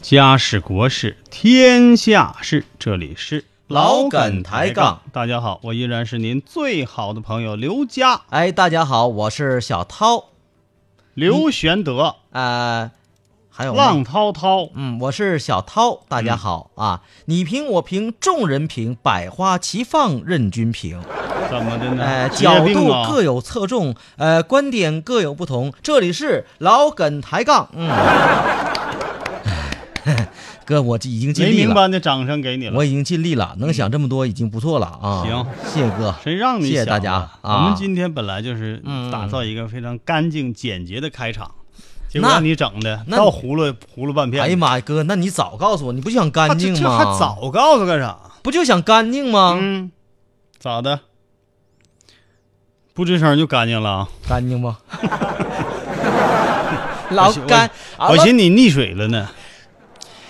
家事国事天下事，这里是老梗抬杠。大家好，我依然是您最好的朋友刘佳、哎，大家好，我是小涛，刘玄德、呃，还有吗浪，嗯滔滔。嗯，我是小涛，大家好、啊，你评我评，众人评，百花齐放，任君评，怎么的呃，呢？职业角病度啊！各有侧重，呃，观点各有不同，这里是老梗抬杠，嗯， 哎哥，我这已经尽雷力鸣了，般的掌声给你了我。已经尽力了，能想这么多已经不错了啊，嗯行谢谢哥，谁让你谢谢想大的家啊，我们今天本来就是嗯打造一个非常干净简洁的开场，结果那让你整的嗯那到葫芦葫芦半片。哎呀妈呀，哥，那你早告诉我，你不就想他干这净这吗？还早告诉干啥？不就想干净吗？嗯，咋的？不吱声就干净了啊？干净 吗？老我干，啊我老寻思你溺水了呢，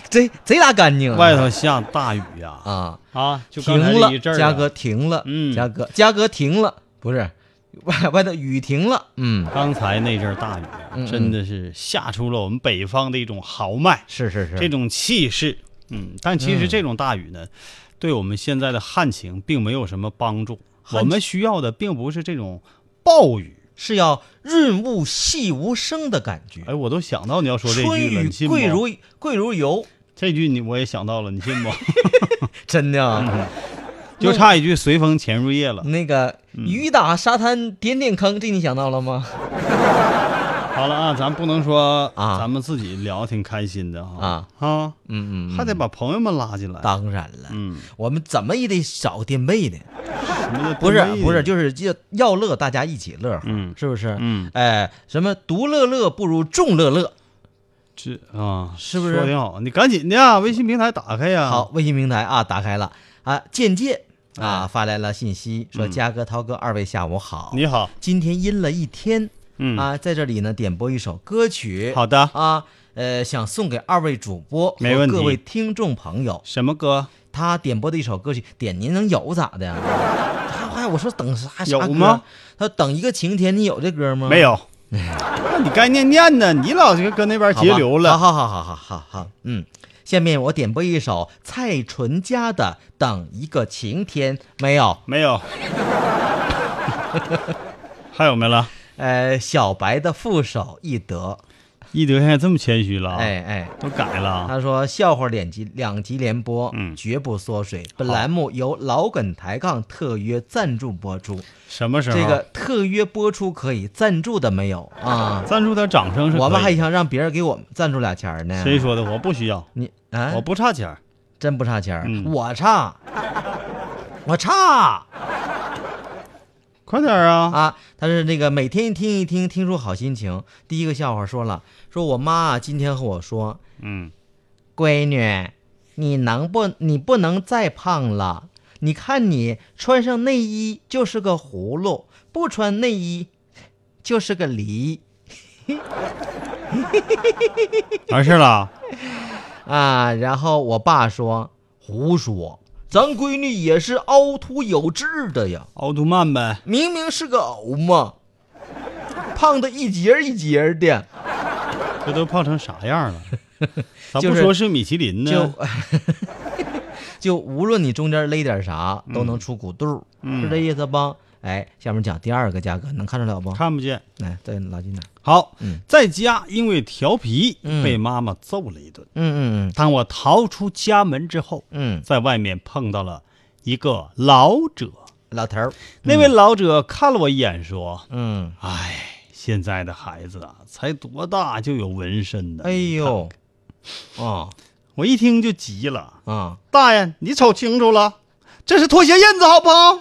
贼贼拉干净啊，外头下大雨呀、啊。啊，就刚才停这了一，阵儿啊，嘉哥停了，嗯嘉哥，嘉哥停了，不是 外外头雨停了，嗯，刚才那阵儿大雨啊、嗯嗯真的是吓出了我们北方的一种豪迈，是是是，这种气势。嗯，但其实嗯这种大雨呢，对我们现在的旱情并没有什么帮助。旱我们需要的并不是这种暴雨。是要润物细无声的感觉。哎，我都想到你要说这春句了，雨你信不？贵如贵如油，这句你我也想到了，你信不？真的啊，就差一句“随风潜入夜”了。那个嗯雨打沙滩点点坑，这你想到了吗？好了啊，咱不能说啊咱们自己聊得挺开心的啊啊嗯嗯，还得把朋友们拉进来。当然了，嗯，我们怎么也得找个垫背的。什么叫不是对不是，就是要要乐，大家一起乐呵，嗯是不是？嗯，哎，什么独乐乐不如众乐乐。这啊，是不是说得挺好？你赶紧的啊，微信平台打开呀。好，，微信平台啊，打开了啊，渐渐啊发来了信息，说嘉哥、涛哥二位下午好，嗯你好，今天阴了一天嗯，啊，在这里呢点播一首歌曲，好的啊，呃，想送给二位主播和没问题各位听众朋友，什么歌？他点播的一首歌曲，点您能有咋的？啊他还我说等啥啥有歌吗？他等一个晴天，你有这歌吗？没。 有。那你该念念呢，你老是跟那边好截吧流了。好好好好好好好，嗯，下面我点播一首蔡淳佳的《等一个晴天》，没有，没 有。还有没了？呃，小白的副手易德，一德现在这么谦虚了啊，哎哎。都改了啊。他说：“笑话两集两集连播，嗯绝不缩水。本栏目由老梗抬杠特约赞助播出。什么时候？这个特约播出可以，赞助的没有啊。赞助点掌声是我们可还以的想让别人给我们赞助俩钱儿呢。谁说的？我不需要，你啊？我不差钱儿。真不差钱儿，嗯我差，我差快点儿啊！啊！他是那个每天听一听，听出好心情。第一个笑话说了，说我妈啊今天和我说，嗯，闺女，你能不你不能再胖了？你看你穿上内衣就是个葫芦，不穿内衣就是个梨完事儿了。啊！然后我爸说，胡说，咱闺女也是凹凸有致的呀。奥特曼呗，明明是个藕嘛，胖的一节儿一节儿的，这都胖成啥样 了？咋就不是说是米其林就呢？ 就无论你中间勒点啥，都嗯能出骨肚儿，是这意思吧？哎，下面讲第二个价格，能看出来不？看不见。来，再拉近点儿。好嗯，在家因为调皮嗯被妈妈揍了一顿。嗯嗯当我逃出家门之后，嗯嗯，在外面碰到了一个老者。老头儿，那位老者看了我一眼，说嗯，：“哎，现在的孩子啊，才多大就有纹身呢？”哎呦，啊我一听就急了。啊，大爷，你瞅清楚了，这是拖鞋印子，好不好？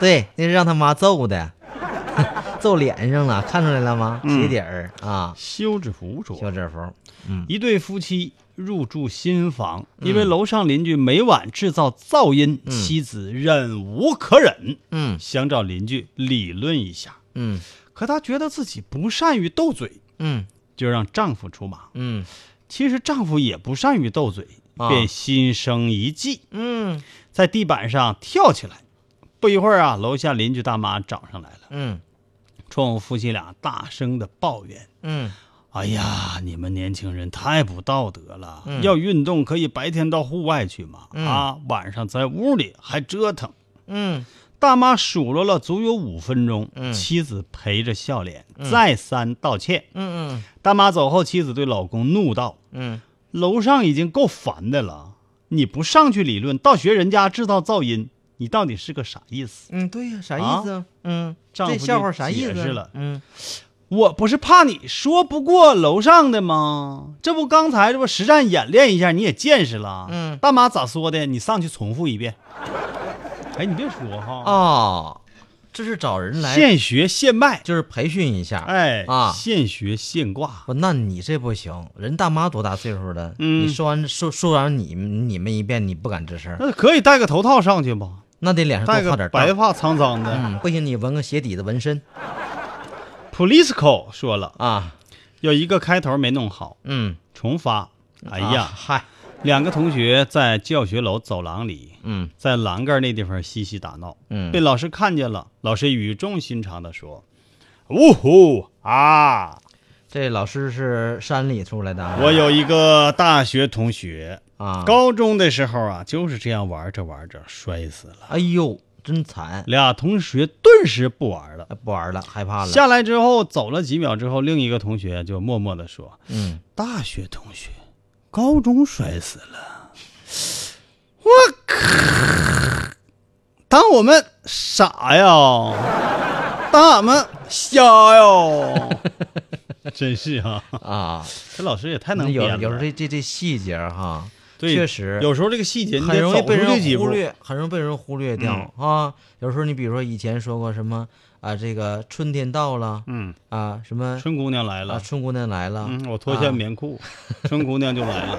对，那是让他妈揍的， 揍脸上了，看出来了吗？嗯鞋底儿啊，休止符说，休止符，一对夫妻入住新房，嗯因为楼上邻居每晚制造噪音，妻子忍无可忍，嗯想找邻居理论一下。嗯可她觉得自己不善于斗嘴，嗯就让丈夫出马。嗯其实丈夫也不善于斗嘴，啊便心生一计，嗯在地板上跳起来。不一会儿啊，楼下邻居大妈找上来了，嗯冲夫妻俩大声的抱怨。嗯哎呀，你们年轻人太不道德了！要运动可以白天到户外去嘛，啊，晚上在屋里还折腾。嗯大妈数落了足有五分钟，嗯妻子陪着笑脸，再三道歉。嗯大妈走后，妻子对老公怒道嗯：“楼上已经够烦的了，你不上去理论，倒学人家制造噪音，你到底是个啥意思？嗯，对呀，啥意思？嗯，啊丈夫这就笑话啥意解释思？了嗯我不是怕你说不过楼上的吗？这不刚才这不实战演练一下，你也见识了。嗯大妈咋说的？你上去重复 一遍。哎，你别说哈，哦，这是找人来，现学现卖，就是培训一下。哎啊现学现挂。不，那你这不行，人大妈多大岁数了？嗯你说完说说完你们你们一遍，你不敢吱声，那可以戴个头套上去吧，那得脸上嗯戴多个画点白道。发苍苍的。嗯，不行，你纹个鞋底子纹身 Polisco 说了，啊。有一个开头没弄好，嗯，重发。哎呀，啊嗨，两个同学在教学楼走廊里，嗯在栏杆那地方嬉戏打闹，嗯被老师看见了。老师语重心长地说：“呜呼哎啊，这老师是山里出来的啊，我有一个大学同学，啊，高中的时候啊，就是这样玩着玩着摔死了。哎呦，真惨，俩同学顿时不玩了。”哎不玩了，害怕了。下来之后，走了几秒之后，另一个同学就默默地说：“嗯，大学同学，高中摔死了。我靠！当我们傻呀？当俺们瞎呀？ 真是啊，啊，这老师也太能有编了。有时候这这这细节哈，对确实有时候这个细节你很得容易走被出这几人步嗯忽。略，很容易被人忽略掉啊。有时候你比如说以前说过什么啊，这个春天到了嗯，啊，什么春姑娘来啊，了。春姑娘来了，啊嗯，我脱下棉裤，春姑娘就来了。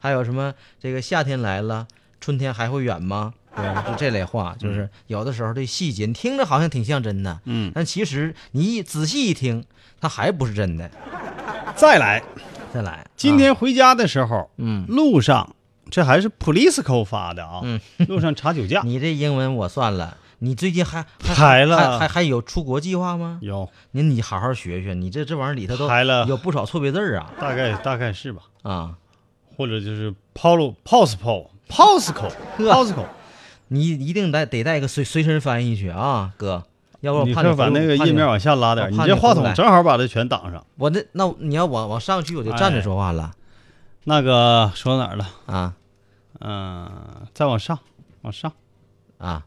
还有什么这个夏天来了，春天还会远吗？对吧，就这类话，就是有的时候这细节，你听着好像挺像真的，嗯，但其实你一仔细一听，它还不是真的。再来，再来，今啊天回家的时候，嗯，路上这还是 Polisco 发的啊。嗯，路上查酒驾。 你这英文我算了，你最近还还排了还还还有出国计划吗？有，你你好好学学，你这这玩意儿里头都排了有不少错别字儿啊大概大概是吧，啊！或者就是 Polo Pospo Posco Posco，你一定得得带个随随身翻译去啊，哥，要不然你我怕你看把回那个怕你页面往下拉点我儿，你怕这你话回筒来正好把这全挡上。我那那你要往往上去，我就站哎着说话了、那个说哪儿了？啊嗯、再往上，往上。啊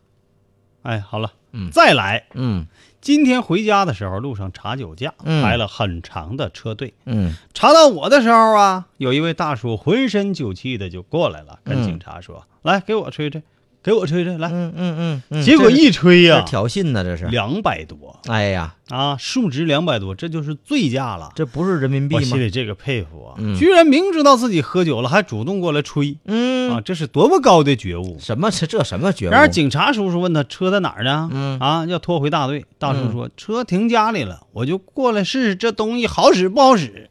哎，好了，嗯再来。嗯今天回家的时候，路上查酒驾，嗯排了很长的车队。嗯查到我的时候啊，有一位大叔浑身酒气的就过来了，跟嗯警察说：“来，给我吹吹，给我吹吹，来。嗯嗯嗯嗯，结果一吹这呀、是挑衅呢，这是。两百多哎呀，啊，数值两百多，这就是醉驾了。这不是人民币我吗心？里这个佩服啊，嗯居然明知道自己喝酒了，还主动过来吹嗯，啊，这是多么高的觉悟！什么这这什么觉悟？然而警察叔叔问他车在哪儿呢？嗯啊，要拖回大队。大叔说、车停家里了，我就过来试试这东西好使不好使。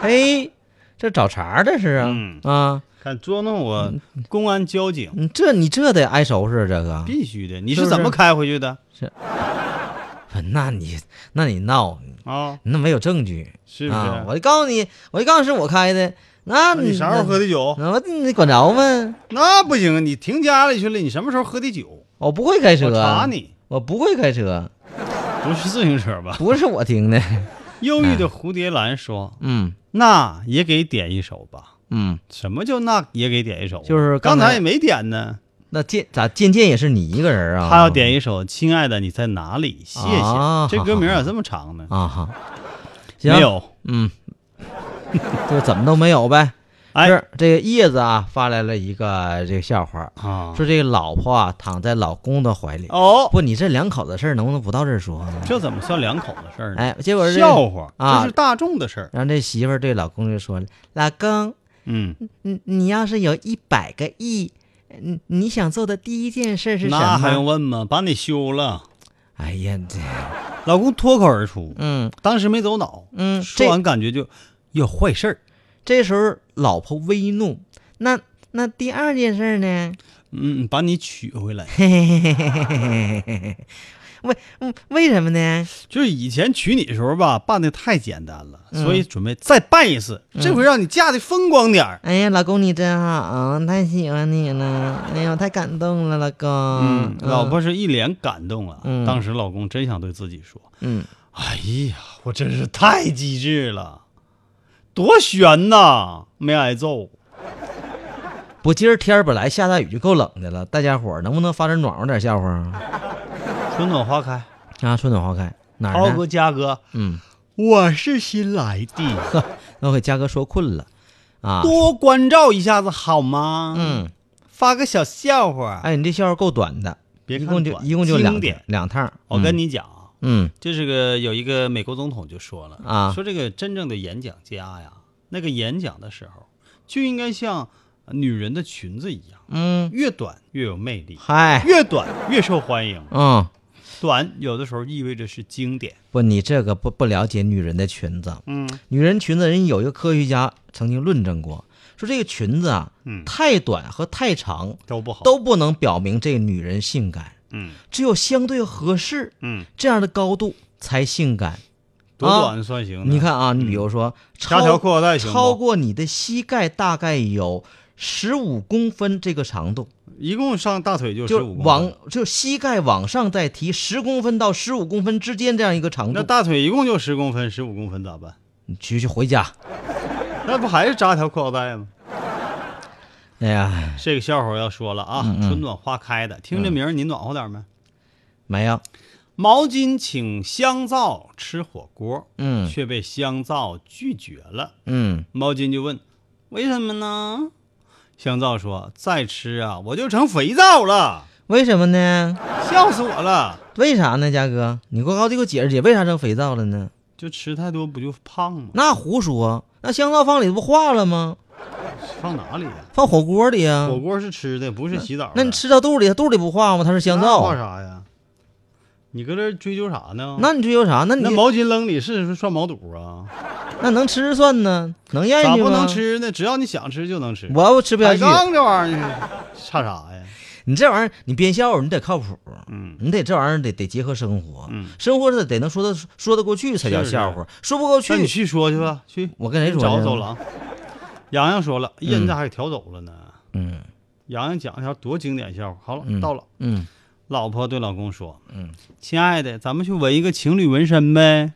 嘿，哎这找茬儿这是啊、嗯啊！看捉弄我嗯公安交警，你这你这得挨收拾，这个必须的。你是是不是怎么开回去的不那你那你闹，啊？那没有证据是不是？啊！我就告诉你，我就告诉你是我开的，那那你啥时候喝的酒？那我你管着吗？那不行啊！你停家里去了，你什么时候喝的酒？我不会开车，啊我查你，我不会开车，不是自行车吧？不是我 停的。忧郁的蝴蝶兰说嗯那也给点一首吧。嗯，什么叫那也给点一首啊？就是刚才刚才也没点呢。那渐咋渐渐也是你一个人啊？他要点一首《亲爱的你在哪里》，谢啊谢。这歌名咋这么长呢？啊哈，行 没有，嗯，就怎么都没有呗。 哎是这个叶子啊发来了一个这个笑话，啊，说这个老婆啊躺在老公的怀里。哦，不，你这两口子事儿能不能不到这儿说呢？这怎么算两口子事儿呢？哎，结果是笑话，啊这是大众的事儿。然后这媳妇儿对老公就说了：“老公，嗯，你你要是有一百个亿，你你想做的第一件事是什那么？”还用问吗？把你休了。哎呀，这老公脱口而出，嗯当时没走脑，嗯，说这完感觉就有坏事儿。这时候老婆微怒，那那第二件事呢？嗯，把你娶回来，嘿嘿嘿嘿嘿嘿嘿嘿为嗯为什么呢？就是以前娶你的时候吧，办的太简单了，嗯所以准备再办一次，这回让你嫁的风光点儿。哎呀，老公你真好，太喜欢你了！哎呀，太感动了，老公。嗯，老，婆是一脸感动啊。嗯当时老公真想对自己说嗯，：“哎呀，我真是太机智了，多悬呐，没挨揍。不，今儿天儿本来下大雨就够冷的了，大家伙儿能不能发点暖和点笑话啊？”春暖花开，啊，春暖花开哪涛儿哥、呢？嘉哥，嗯，我是新来的，呵，那我给嘉哥说困了啊。多关照一下子好吗？，嗯，发个小笑话。哎，你这笑话够短的，别一看共就短一共就两嗯经典两趟。我跟你，你讲啊，嗯就是个有一个美国总统就说了啊说这个真正的演讲家呀，那个演讲的时候就应该像呃女人的裙子一样，嗯，越短越有魅力，嗨，越短越受欢迎。嗯，短有的时候意味着是经典。不，你这个不不了解女人的裙子。嗯女人裙子，人有一个科学家曾经论证过，说这个裙子啊，嗯，太短和太长都不好。都不能表明这个女人性感，嗯只有相对合适嗯，这样的高度才性感。多啊短算行呢？你看啊，你比如说，加嗯条超裤腰啊带行不超过你的膝盖大概有十五公分这个长度，一共上大腿就十就五公分，往就膝盖往上再提十公分到十五公分之间这样一个长那度，大腿一共就十公分，十五公分咋办？你去去回家。那不还是扎条裤腰带吗？哎呀，这个笑话要说了啊，嗯春暖花开的，听这名儿你暖和点没？没有，毛巾请香皂吃火锅，嗯却被香皂拒绝了。嗯，毛巾就问：“为什么呢？”香皂说：“再吃啊，我就成肥皂了，为什么呢？笑死我了！为啥呢，佳哥？你给我好给我解释解，为啥成肥皂了呢？就吃太多不就胖吗？那胡说，那香皂放里不化了吗？放哪里呀、放火锅里呀、火锅是吃的，不是洗澡的那你吃到肚里，它肚里不化吗？它是香那泡皂。啊啥呀？你搁这追究啥呢？那你追究啥？那你那毛巾扔里是算毛肚啊？那能吃算呢？能咽咋下去吗？不能。吃呢？只要你想吃就能吃。我要不吃不下抬去。杠这玩意儿差啥呀？你这玩意儿，你编笑话，你得靠谱，嗯，你得这玩意儿得得结合生活，嗯生活得得能说得说得过去才叫是是笑话，说不过那你去，去说去吧，去。我跟谁说找去走廊。洋洋说了，哎呀，你咋还调走了呢？嗯洋洋讲一条多经典笑话。好了，嗯到了。嗯，老婆对老公说：“嗯，亲爱的，咱们去纹一个情侣纹身呗，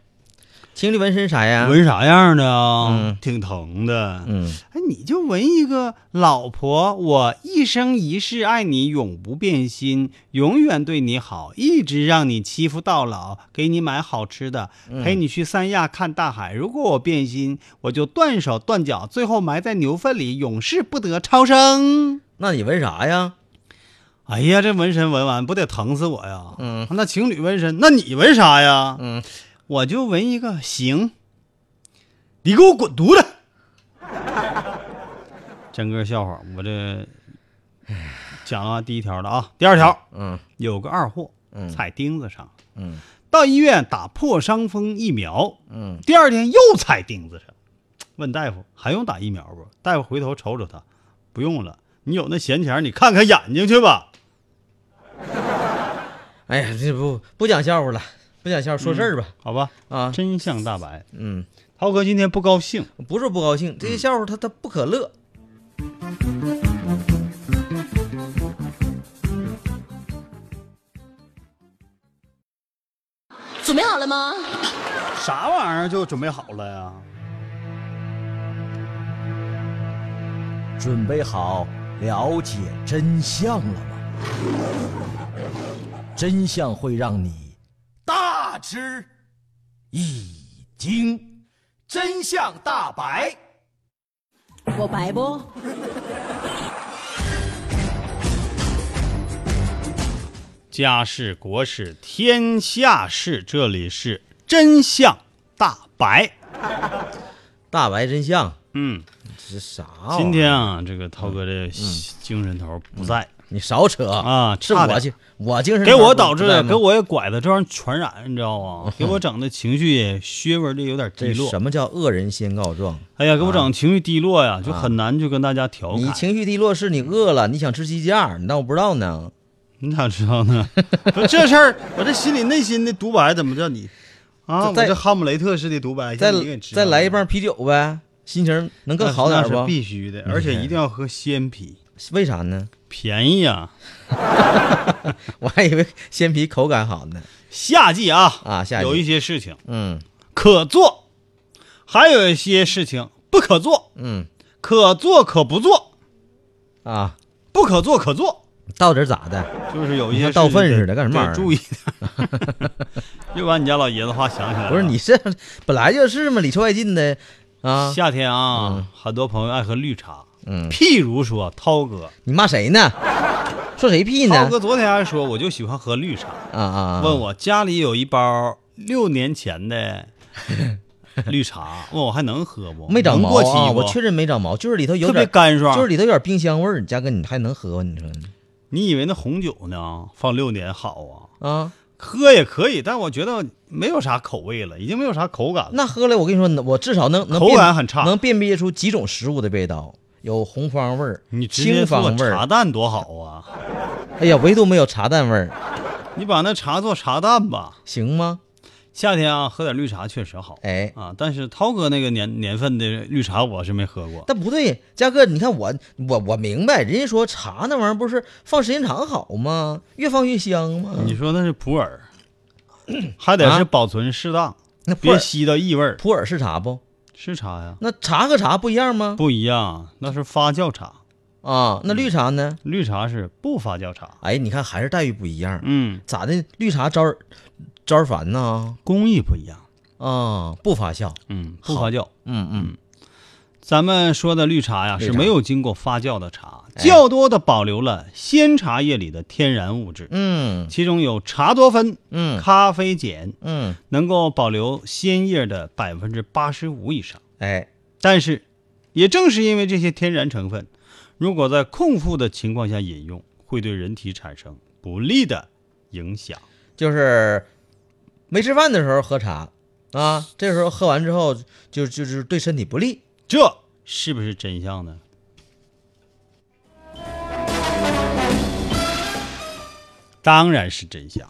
情侣纹身啥呀？纹啥样的啊嗯？挺疼的。嗯，哎，你就纹一个，老婆，我一生一世爱你，永不变心，永远对你好，一直让你欺负到老，给你买好吃的，嗯陪你去三亚看大海。如果我变心，我就断手断脚，最后埋在牛粪里，永世不得超生。那你纹啥呀？哎呀，这纹身纹完不得疼死我呀！嗯，那情侣纹身，那你纹啥呀？嗯，我就纹一个行，你给我滚犊子！ 真哥笑话，我这讲完第一条了啊，第二条，嗯，有个二货嗯踩钉子上，嗯到医院打破伤风疫苗，嗯，第二天又踩钉子上，问大夫还用打疫苗不？大夫回头瞅瞅他，不用了，你有那闲钱儿，你看看眼睛去吧。哎呀，这不不讲笑话了，不讲笑话，说事儿吧、好吧，啊，真相大白。嗯，涛哥今天不高兴，不是不高兴，嗯这些笑话他他不可乐。准备好了吗？啥玩意儿就准备好了呀？准备好了解真相了吗？真相会让你大吃一惊，真相大白。我白不？家事国事天下事，这里是真相大白。大白真相，嗯，这是啥玩意儿？今天啊，这个涛哥嗯这精神头不在，你少扯啊是差我点精，我精神给我导致的，的，给我也拐的这玩意儿传染，你知道吗？给我整的情绪也稍微的有点低嗯这落。什么叫啊恶人先告状？哎呀，给我整的情绪低落呀，啊就很难就跟大家调你侃。情绪低落是你饿了，你想吃鸡架，你当我不知道呢？你咋知道呢？ 不这事儿，我这心里内心的独白怎么叫你啊？我再这哈姆雷特式的独白，再像你给知道啊再来一棒啤酒呗，心情能更好点那是不？嗯必须的，而且一定要喝鲜啤，为啥呢？ 便宜啊！我还以为鲜啤口感好呢。夏季啊啊夏季有一些事情嗯可做，还有一些事情不可做，嗯可做可不做，啊，不可做可做，到底咋的？就是有一些像倒粪事情似的干什么得玩意儿注意点， 又把你家老爷子话想起来了。不是你这本来就是嘛，里臭外进的啊。夏天啊，很多朋友爱喝绿茶，嗯，譬如说涛哥，你骂谁呢？说谁屁呢？涛哥昨天还说我就喜欢喝绿茶，啊啊！问我家里有一包六年前的绿 茶，问我还能喝不？没长能毛过期啊，不我确认没长毛，就是里头有特别点干爽。就是里头有点冰箱味儿。嘉哥，你还能喝？你说你以为那红酒呢，放六年好啊？啊？喝也可以，但我觉得没有啥口味了，已经没有啥口感了。那喝了，我跟你说，我至少能能口辨感很差能辨别出几种食物的味道，有红方味儿，你直接青做方味茶儿。蛋多好啊！哎呀，唯独没有茶蛋味儿，你把那茶做茶蛋吧。行吗？夏天啊，喝点绿茶确实好。哎啊，但是涛哥那个年年份的绿茶我是没喝过。但不对，嘉哥，你看我我我明白，人家说茶那玩意儿不是放时间长好吗？越放越香吗？你说那是普洱，还得是啊保存适当，那普别洱吸到异味儿。普洱是茶不？是茶呀，那茶和茶不一样吗？不一样，那是发酵茶，啊，那绿茶呢？绿茶是不发酵茶。哎，你看还是待遇不一样。嗯，咋的？绿茶招人招人烦呢？工艺不一样。啊，不发酵。嗯，不发酵。嗯嗯，咱们说的绿茶呀，绿茶哎是没有经过发酵的茶，较多的保留了鲜茶叶里的天然物质，嗯其中有茶多酚、嗯咖啡碱，嗯，能够保留鲜叶的百分之八十五以上。哎，但是，也正是因为这些天然成分，如果在空腹的情况下饮用，会对人体产生不利的影响。就是没吃饭的时候喝茶啊，这时候喝完之后就就是对身体不利。这是不是真相呢？当然是 真相，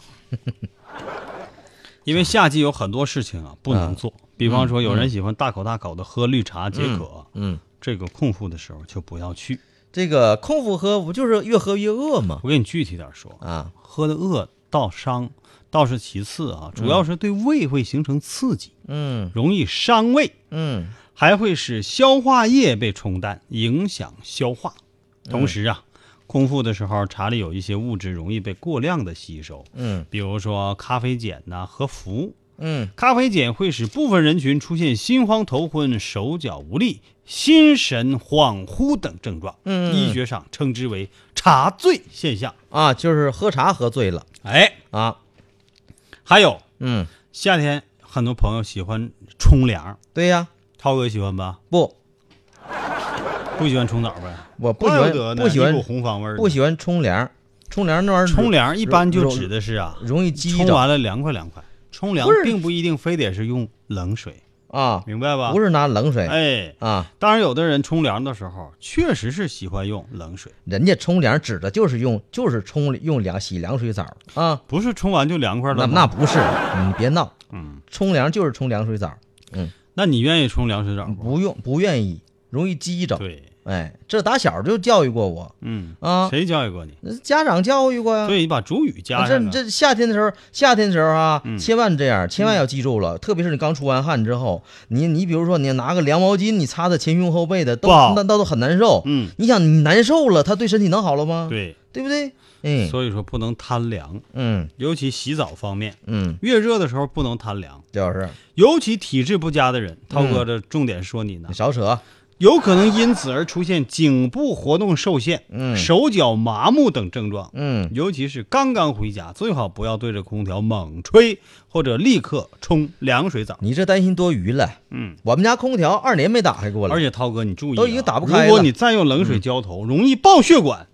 因为夏季有很多事情啊不能嗯做，比方说有人喜欢大口大口的喝绿茶解渴，嗯，这个空腹的时候就不要去。这个空腹喝不就是越喝越饿吗？我给你具体点说，啊，喝的饿到伤倒是其次啊，主要是对胃会形成刺激，嗯容易伤胃。嗯还会使消化液被冲淡，影响消化。嗯同时啊，空腹的时候，茶里有一些物质容易被过量的吸收，嗯比如说咖啡碱呐、和氟。嗯，咖啡碱会使部分人群出现心慌、头昏、手脚无力、心神恍惚等症状，嗯医学上称之为“茶醉”现象。啊，就是喝茶喝醉了哎，啊。还有嗯，夏天，很多朋友喜欢冲凉，对呀，涛哥喜欢吧？不，不喜欢冲澡呗？我不喜怪欢得呢不喜一欢股红房味儿呢，不喜欢冲凉，冲凉那玩意儿冲凉一般就指的的是啊，容易激冲着完了凉快凉快。冲凉不是并不一定非得是用冷水，啊，明白吧？不是拿冷水哎，啊。当然有的人冲凉的时候确实是喜欢用冷水，人家冲凉指的就是用，就是冲用凉洗凉水澡啊，不是冲完就凉快那了那吗？不是，你别闹，嗯，冲凉就是冲凉水澡，那你愿意冲凉水澡不？不用不愿意，容易激着。对，哎，这打小就教育过我嗯，啊，谁教育过你？家长教育过呀、所以你把主语啊加上这啊，这夏天的时候，夏天的时候啊，嗯千万这样，千万要记住了。特别是你刚出完汗之后，你你比如说你拿个凉毛巾，你擦擦前胸后背的，都不好那那都很难受。嗯，你想你难受了，它对身体能好了吗？，对，对不对？嗯所以说不能贪凉，嗯尤其洗澡方面，嗯，越热的时候不能贪凉，嗯这老师，嗯尤其体质不佳的人，涛哥这重点说你呢你，少扯。有可能因此而出现颈部活动受限、嗯手脚麻木等症状。嗯，尤其是刚刚回家，最好不要对着空调猛吹，或者立刻冲凉水澡。你这担心多余了。嗯，我们家空调二年没打开过了，而且涛哥，你注意、啊，都已经打不开了嗯如果你再用冷水浇头，容易爆血管，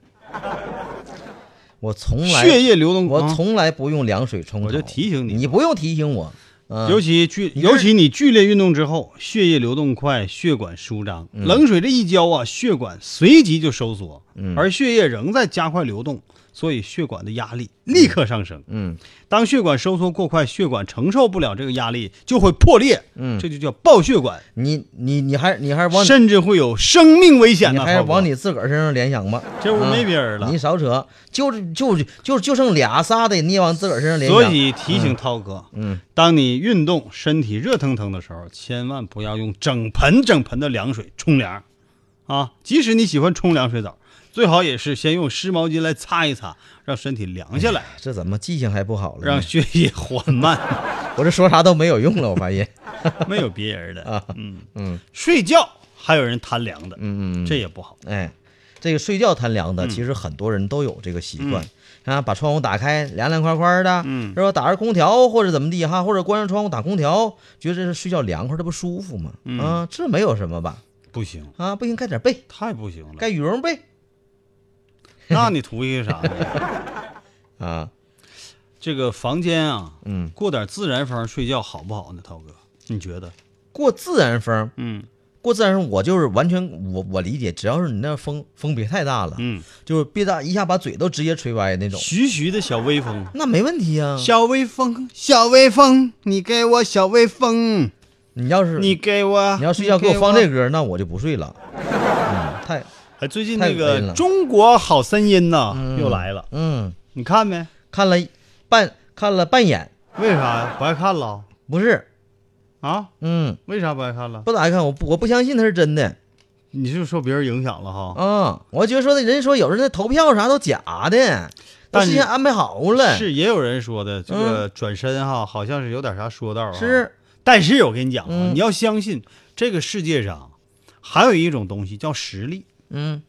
我从来血液流动。嗯我啊从来不用凉水冲头。我就提醒你，你不用提醒我。嗯，尤其剧，你这尤其你剧烈运动之后，血液流动快，血管舒张，嗯冷水这一浇啊，血管随即就收缩，嗯而血液仍在加快流动，所以血管的压力立刻上升。嗯当血管收缩过快，血管承受不了这个压力，就会破裂，嗯这就叫爆血管，你你你还你还往甚至会有生命危险你呢。还涛哥往你自个儿身上联想吧，这不啊没别人了你少扯，就是就就就剩俩仨的，你也往自个儿身上联想。所以提醒涛哥，嗯，当你运动身体热腾腾的时候，千万不要用整盆整盆的凉水冲凉，啊，即使你喜欢冲凉水澡，最好也是先用湿毛巾来擦一擦，让身体凉下来，这怎么记性还哎不好了呢？让血液 缓慢，我这说啥都没有用了，我发 现。没有别人的。嗯嗯，睡觉还有人贪凉的，嗯嗯嗯这也不好。哎，这个睡觉贪凉嗯的，其实很多人都有这个习惯。啊，把窗户打开，凉凉快快的，嗯是吧？打着空调或者怎么地哈，或者关上窗户打空调，觉得这是睡觉凉快，这不舒服吗？嗯啊，这没有什么吧？不行，啊，不行，盖点被，太不行了。盖羽绒被 那你图一个啥呢？啊。这个房间啊，嗯，过点自然风睡觉好不好呢？涛哥，你觉得？过自然风，嗯过自然风，我就是完全我我理解，只要是你那风风别太大了，嗯，就是别大一下把嘴都直接吹歪那种，徐徐的小微风。那没问题啊。小微风，小微风，你给我小微风，你要是你给我，你要睡觉给我放这个。歌，那我就不睡了。嗯，太哎，最近太那恶心个了《中国好声音》呐，又来了，嗯，你看没？看了半看了半眼，为啥呀？不爱看了不是，啊？嗯，为啥不爱看了？不咋爱看，我不我不相信它是真的你是受别人影响了哈？啊。我觉得说那人说有人那投票啥都假的，都但事你先安排好了，是，也有人说的这个转身哈，好像是有点啥说道啊。嗯是，但是我跟你讲啊，嗯你要相信这个世界上还有一种东西叫实力，嗯，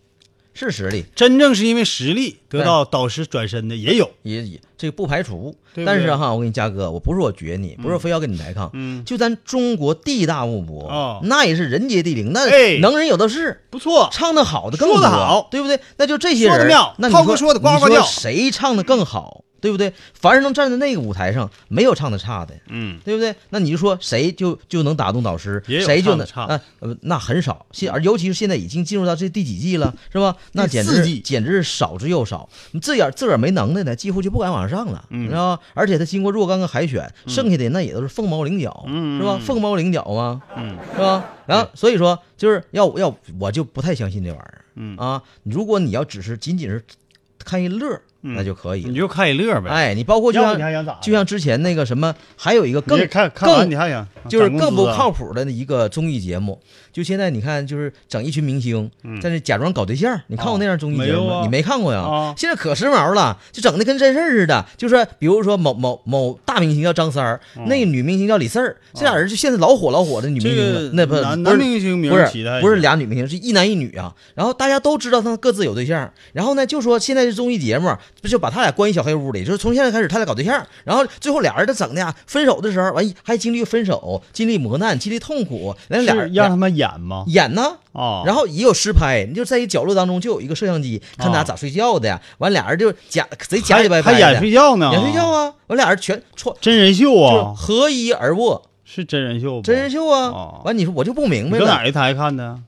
是实力，真正是因为实力得到导师转身的也有。也也这个不排除。对不但是对哈，我跟你嘉哥，我不是我绝你，不是非要跟你来抗，嗯就咱中国地大物博，哦那也是人杰地灵，那哎能人有的是。不错，唱的好的更说得多好对不对？那就这些说得人，妙那你涛哥说得呱呱你叫谁唱的更好，对不对？凡是能站在那个舞台上，没有唱的差的，嗯。对不对？那你就说谁就就能打动导师，也有谁就唱的能差啊、呃？那很少，现而尤其是现在已经进入到这第几季了，是吧？那简四直季简直是少之又少，自个儿自个儿没能耐的，几乎就不敢往上了，嗯你知道吧？而且他经过若干个海选，剩下的那也都是凤毛麟角，嗯是吧嗯？凤毛麟角啊，嗯，是吧？然后所以说就是要要我就不太相信这玩意儿，嗯啊，如果你要只是仅仅是看一乐儿，那就可以了嗯你就看一乐呗。哎，你包括就要不你还像想咋的就像之前那个什么，还有一个你更看看完你更还想 就是涨更工不资啊靠谱的一个综艺节目。就现在你看，就是整一群明星在那假装搞对象，你看过那样综艺节嗯没目有吗？啊你没看过呀啊？现在可时髦了，就整的跟真事儿似的。就是比如说某某某大明星叫张三儿，那个女明星叫李四儿，这俩人就现在老火老火的女明星哦这了个，那不男不是男明星名不起是的不是俩女明星，是一男一女啊。然后大家都知道他们各自有对象，然后呢就说现在这综艺节目不就把他俩关一小黑屋里，就是从现在开始他俩搞对象，然后最后俩人都整的呀，分手的时候完还经历分手，经历磨难，经历痛苦，那俩是人让他们演吗？演呢。啊，然后也有实拍，你就在一角落当中就有一个摄像机，看他啊咋睡觉的呀。完俩人就假贼还假里白白还的，演睡觉呢？演睡觉？啊。完俩人全穿真人秀就啊，合衣而卧，是真人秀不？真人秀，秀啊哦。完你说我就不明你白搁哪了，一台看的？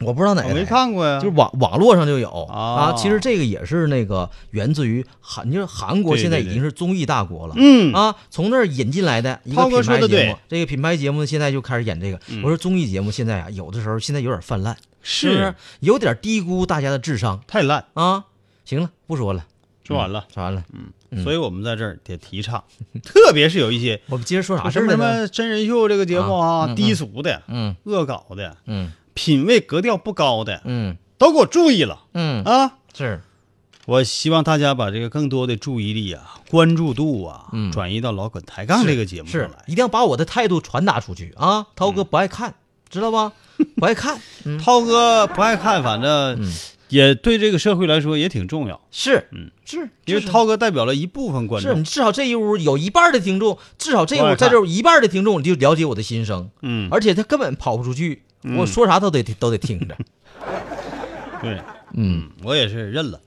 我不知道哪我个没台看过呀。就是网网络上就有啊啊哦。其实这个也是那个源自于韩，就是韩国对现在对已对经是综艺大国了。嗯，啊，从那儿引进来的一个涛品哥牌说的节对目，这个品牌节目现在就开始演这个。我说综艺节目现在啊，有的时候现在有点泛滥，是不是是有点低估大家的智商太烂，啊？行了，不说了，说完了。说完了，嗯所以我们在这儿得提倡，特别是有一些我们接着说啥事什儿么来什呢？么真人秀这个节目啊嗯啊嗯，低俗的、嗯恶搞的、嗯品味格调不高的，嗯都给我注意了嗯，啊！是，我希望大家把这个更多的注意力啊、关注度啊，嗯转移到老滚抬杠这个节目是上来。嗯一定要把我的态度传达出去啊！涛哥不爱看，知道吧？不爱 看，嗯，涛哥不爱看，反正嗯也对这个社会来说也挺重要，是，嗯，是，因就为是涛哥代表了一部分观是众你。至少这一屋有一半的听众，至少这一不爱屋看在这屋一半的听众就了解我的心声，嗯，而且他根本跑不出去，我说啥都得都得 听着。对，嗯我也是认 了。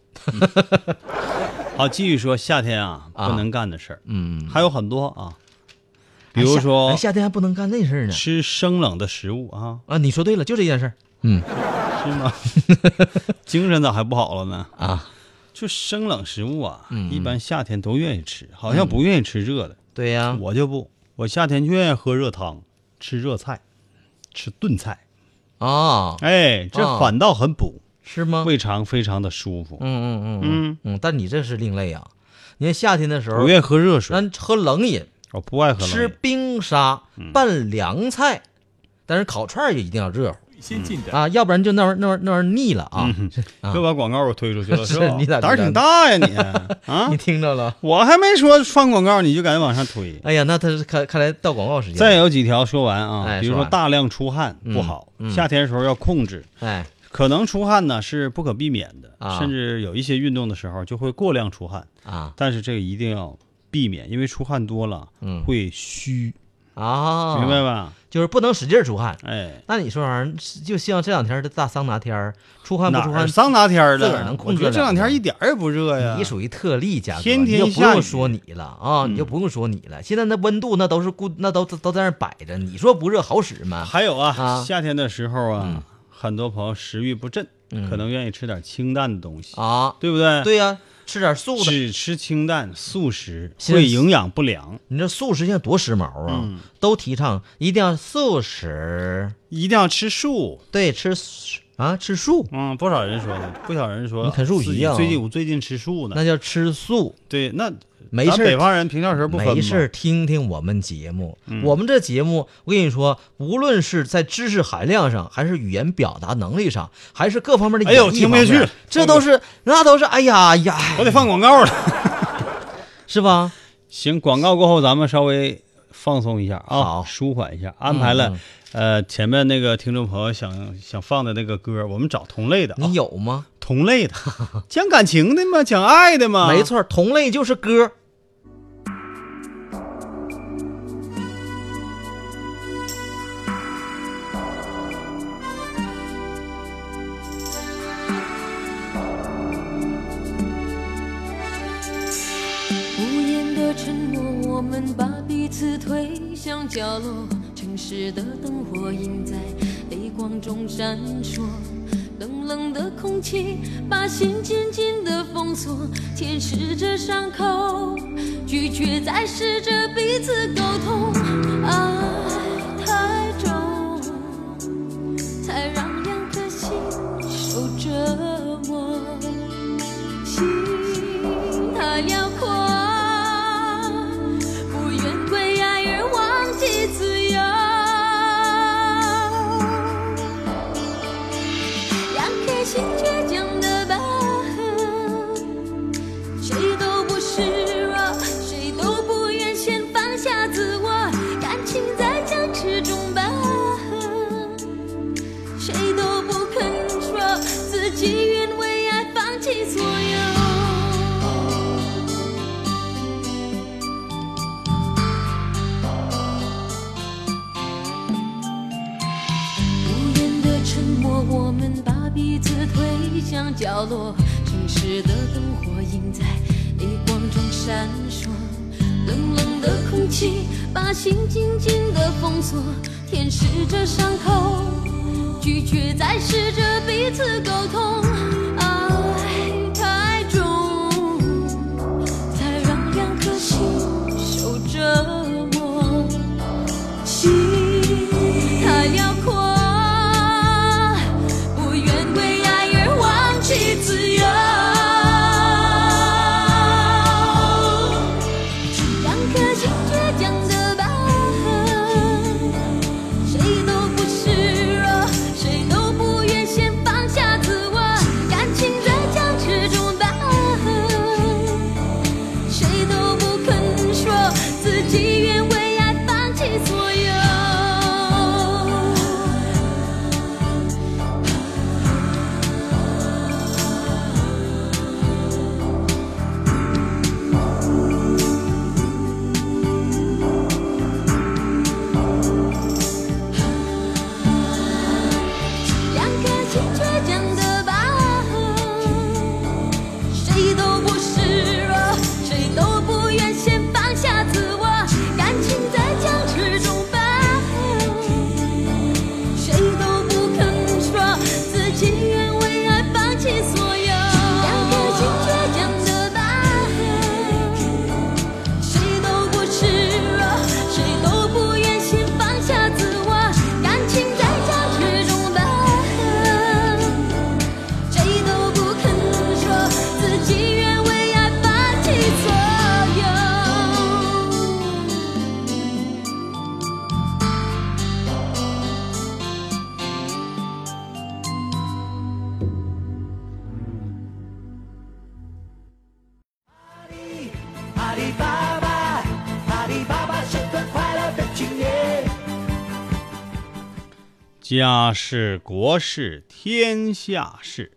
好，继续说夏天啊啊不能干的事儿，嗯，还有很多啊，比如哎说夏哎夏天还不能干那事儿呢吃生冷的食物啊，啊！你说对了，就这件事儿。嗯是 吗？精神咋还不好了呢？啊，就生冷食物啊，嗯一般夏天都愿意吃，好像不愿意吃热的。 对呀，我就不，我夏天就愿意喝热汤，吃热菜，吃炖菜。啊，哎，这啊反倒很补，是吗？胃肠非常的舒服。嗯嗯嗯嗯嗯嗯嗯，但你这是另类啊！你看夏天的时我候，愿意喝热水，咱喝冷饮，我不爱喝冷饮嗯吃冰沙，拌凉菜，但是烤串儿也一定要热乎先嗯进的啊，要不然就那玩意儿那玩意儿那玩意儿腻了啊！啊又把广告我推出去 了，是吧？你咋知道胆儿挺大呀你 啊你！听着了？我还没说放广告，你就敢往上推。哎呀，那他是看看来到广告时间了。再有几条说完啊，哎比说如说完了大量出汗不好，嗯嗯夏天的时候要控制，哎，可能出汗呢是不可避免的，啊甚至有一些运动的时候就会过量出汗，啊但是这个一定要避免，因为出汗多了、嗯会虚，啊，明白？吧？就是不能使劲儿出汗。哎，那你说玩意儿，就像这两天的大桑拿天儿，出汗不哪出儿汗，桑拿天儿自个的，儿能控我觉得制这两了天一点儿也不热呀。你属于特例，家哥，天天你就不下雨嗯用说你了啊，你就不用说你了。现在那温度那都是固，那都都在那儿摆着，你说不热好使吗？还有啊，啊嗯夏天的时候啊，很多朋友食欲不振，可能愿意吃点清淡的东西，啊，对不对？对呀、吃点素的。只吃清淡素食现在会营养不良，你这素食现在多时髦啊，嗯都提倡一定要素食，一定要吃素。对，吃素啊吃素，嗯，不少人说的，不少人说你啃树自己皮啊最近我最近吃素呢那。叫吃素。对，那没咱事儿北方人平常时候不分吗嗯没事儿，听听我们节目。我们这节目，我跟你说，无论是在知识含量上，还是语言表达能力上，还是各方面的哎呦演绎听不下方面去了这都是那都是，哎呀呀，我得放广告了。 是啊吧？行，广告过后咱们稍微放松一下啊，好嗯舒缓一下，安排了。呃，前面那个听众朋友想想放的那个歌，我们找同类的啊，你有吗？同 类的，讲感情的嘛，讲爱的嘛，没。错，同类就是歌。无言的沉默，我们把彼此推向角落。城市的灯火映在泪光中闪烁，冷冷的空气把心紧紧的封锁，舔舐着伤口，拒绝再试着彼此沟通。爱太重，才让两颗心受折磨。心太辽阔，不愿为爱而忘记自由。两颗心倔强的拔河，谁都不示弱，谁都不愿先放下自我，感情在僵持中拔河。谁都不肯说自己愿为爱放弃所有。无言的沉默，我们把彼此推向角落。城市的灯火映在泪光中闪烁，冷冷的空气把心紧紧的封锁，舔舐着伤口，拒绝再试着彼此沟通。爱太重，才让两颗心受折磨。心太辽阔，不愿为爱而忘记自由。两颗心倔强的拔河，谁都不示弱，谁都不愿先放下自我，感情在僵持中拔河。谁都不肯说自己愿为爱放弃所有。家事国事天下事，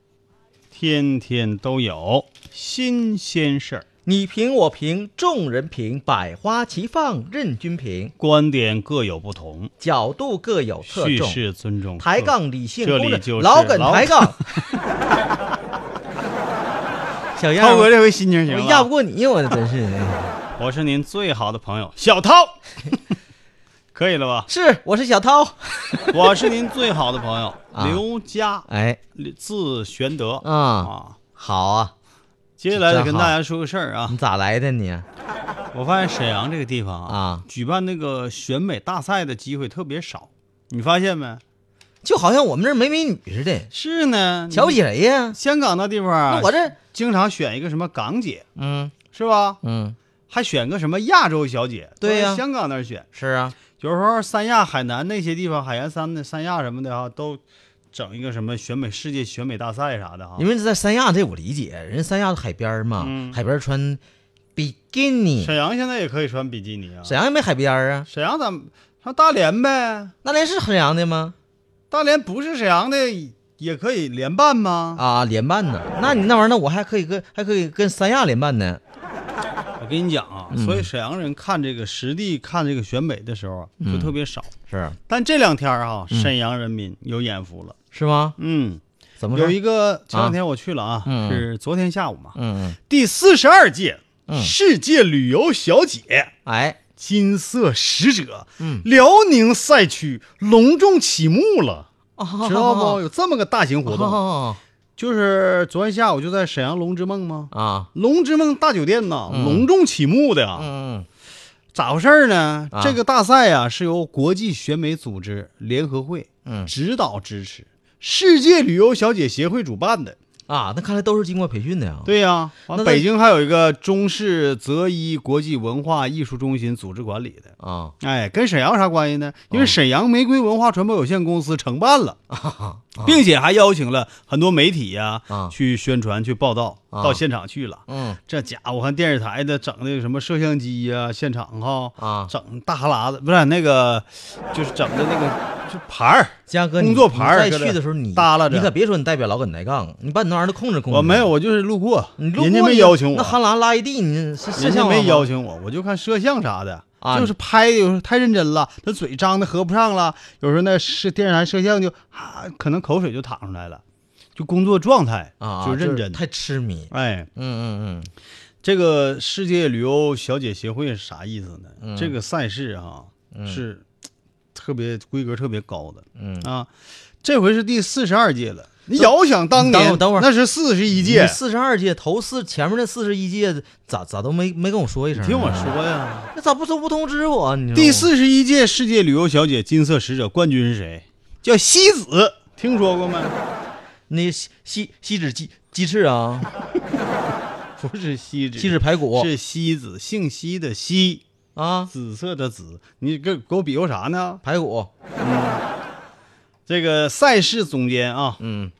天天都有新鲜事儿，你评我评众人评，百花齐放任君评，观点各有不同，角度各有侧叙重，事尊重抬各杠理性这公里正，就是老梗老抬 杠。小样涛儿，哥这回心啊情行我了，压不过你，我真是。我是您最好的朋友小涛， 可以了吧？是，我是小涛。我是您最好的朋友啊刘佳，哎，字玄德啊好啊，接下来得真跟好大家说个事儿啊你，咋来的你？我发现沈阳这个地方啊举办那个选美大赛的机会特别少，你发现没？就好像我们这儿没美女似的，是呢，瞧不起谁呀？香港那地方啊，那我这，经常选一个什么港姐嗯是吧？嗯，还选个什么亚洲小姐，对呀都在香港那儿选，是啊，有时候三亚、海南那些地方，海盐三的三亚什么的哈，都整一个什么选美世界选美大赛啥的哈因。为在三亚这我理解，人家三亚海边儿嘛，嗯海边儿穿比基尼，沈阳现在也可以穿比基尼啊，沈阳也没海边儿啊，沈阳咱们上大连呗，那连是沈阳的吗？大连不是沈阳的也可以联办吗？啊，联办呢？那你那玩意儿，那我还可以跟还可以跟三亚联办呢。我跟你讲啊，嗯所以沈阳人看这个实地看这个选美的时候啊嗯就特别少，是但这两天儿嗯哈、沈阳人民有眼福了，是吗？嗯。怎么有一个个前啊两天我去了啊，嗯是昨天下午嘛，嗯嗯，第四十二届嗯世界旅游小姐哎，金色使者，嗯辽宁赛区隆重启幕了，知道不？哦？有这么个大型活动，哦就是昨天下午就在沈阳龙之梦吗？啊，龙之梦大酒店呐，嗯隆重启幕的呀，嗯咋回事儿呢？啊这个大赛啊是由国际选美组织联合会嗯指导支持，世界旅游小姐协会主办的。啊，那看来都是经过培训的啊呀。，对呀、完那北京还有一个中式择一国际文化艺术中心组织管理的，啊哎，跟沈阳有啥关系呢？因哦为沈阳玫瑰文化传播有限公司承办了，并且还邀请了很多媒体呀、啊去宣传、去报道，啊到现场去了。嗯这家伙，我看电视台的整那个什么摄像机呀、现场哈、啊，整大哈喇子，不是那个，就是整的那个就牌儿。嘉哥，你工作牌儿你再搁这去的时候你耷拉着你可别说你代表老耿抬杠，你把你那玩意儿都控制控制。我没有，，我就是路过，你路过人家没你邀请我，啊那韩兰拉一地，你 是人是家像没邀请请我，我就看摄像啥的，啊就是拍的有时候太认真了，那嘴张的合不上了，有时候那是电视台摄像就啊，可能口水就淌出来了，就工作状态啊，就认是真。太痴迷。哎，嗯嗯这个世界旅游小姐协会是啥意思呢？嗯这个赛事哈、是特别规格特别高的，嗯啊，这回是第四十二届了。你遥想当等会年，儿等会儿那是四十一嗯，届，四十二届头四前面那四十一届咋咋都没没跟我说一声你呢？听我说呀。那咋不都不通知我？啊你知道吗第四十一届世界旅游小姐金色使者冠军是谁？叫西子，听说过吗？那锡锡锡纸鸡鸡翅啊， 不是西子，锡纸排骨是西子，姓西的西，啊，紫色的紫。你给给我比划啥呢？排骨，这个赛事总监啊，嗯，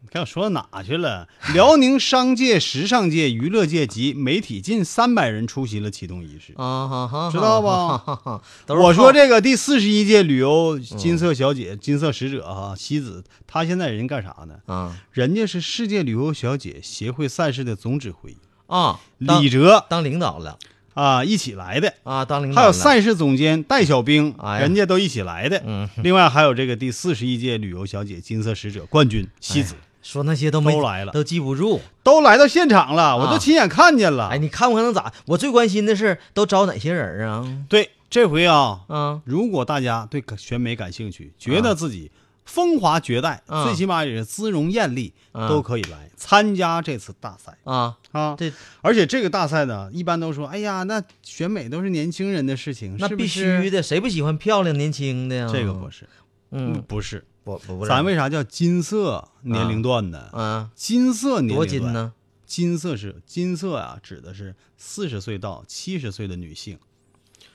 你看我说到哪去 了？辽宁商界、时尚界、娱乐界及媒体近三百人出席了启动仪式。啊哈哈，知道吧吧？我说这个第四十一届旅游金色小姐、金色使者哈、西子，她现在人干啥呢？啊人家是世界旅游小姐协会赛事的总指挥啊，当李哲当领导了啊一起来的，啊，当领导还有了赛事总监戴小兵，哎呀人家都一起来的。嗯另外还有这个第四十一届旅游小姐金色使者冠哎军西子，说那些都没都来了都记不住。都来到现场了，我啊都亲眼看见了。哎，你看不看能咋？我最关心的是都招哪些人啊？对，这回啊，啊，如果大家对选美感兴趣，觉得自己风华绝代，啊最起码也是姿容艳丽，啊都可以来参加这次大赛啊，啊。这而且这个大赛呢，一般都说，哎呀，那选美都是年轻人的事情，那是不必是须。的，谁不喜欢漂亮年轻的呀？这个不，是，嗯，不是，不不不是，咱为啥叫金色年龄段呢？啊金色年龄多段金？呢？金色是金色啊，指的是四十岁到七十岁的女性，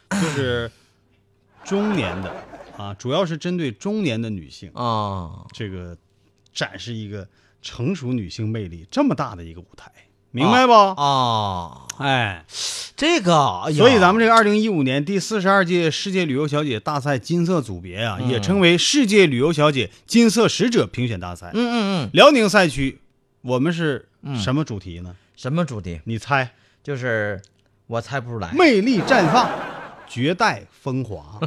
就是中年的啊，主要是针对中年的女性，啊，这个展示一个成熟女性魅力这么大的一个舞台，明白不？啊，哎，这个，哎呀所以咱们这个二零一五年第四十二届世界旅游小姐大赛金色组别嗯啊，也称为世界旅游小姐金色使者评选大赛。嗯嗯嗯，辽宁赛区，我们是什么主题呢？什么主题？你猜？就是我猜不出来。魅力绽放，绝代 风华。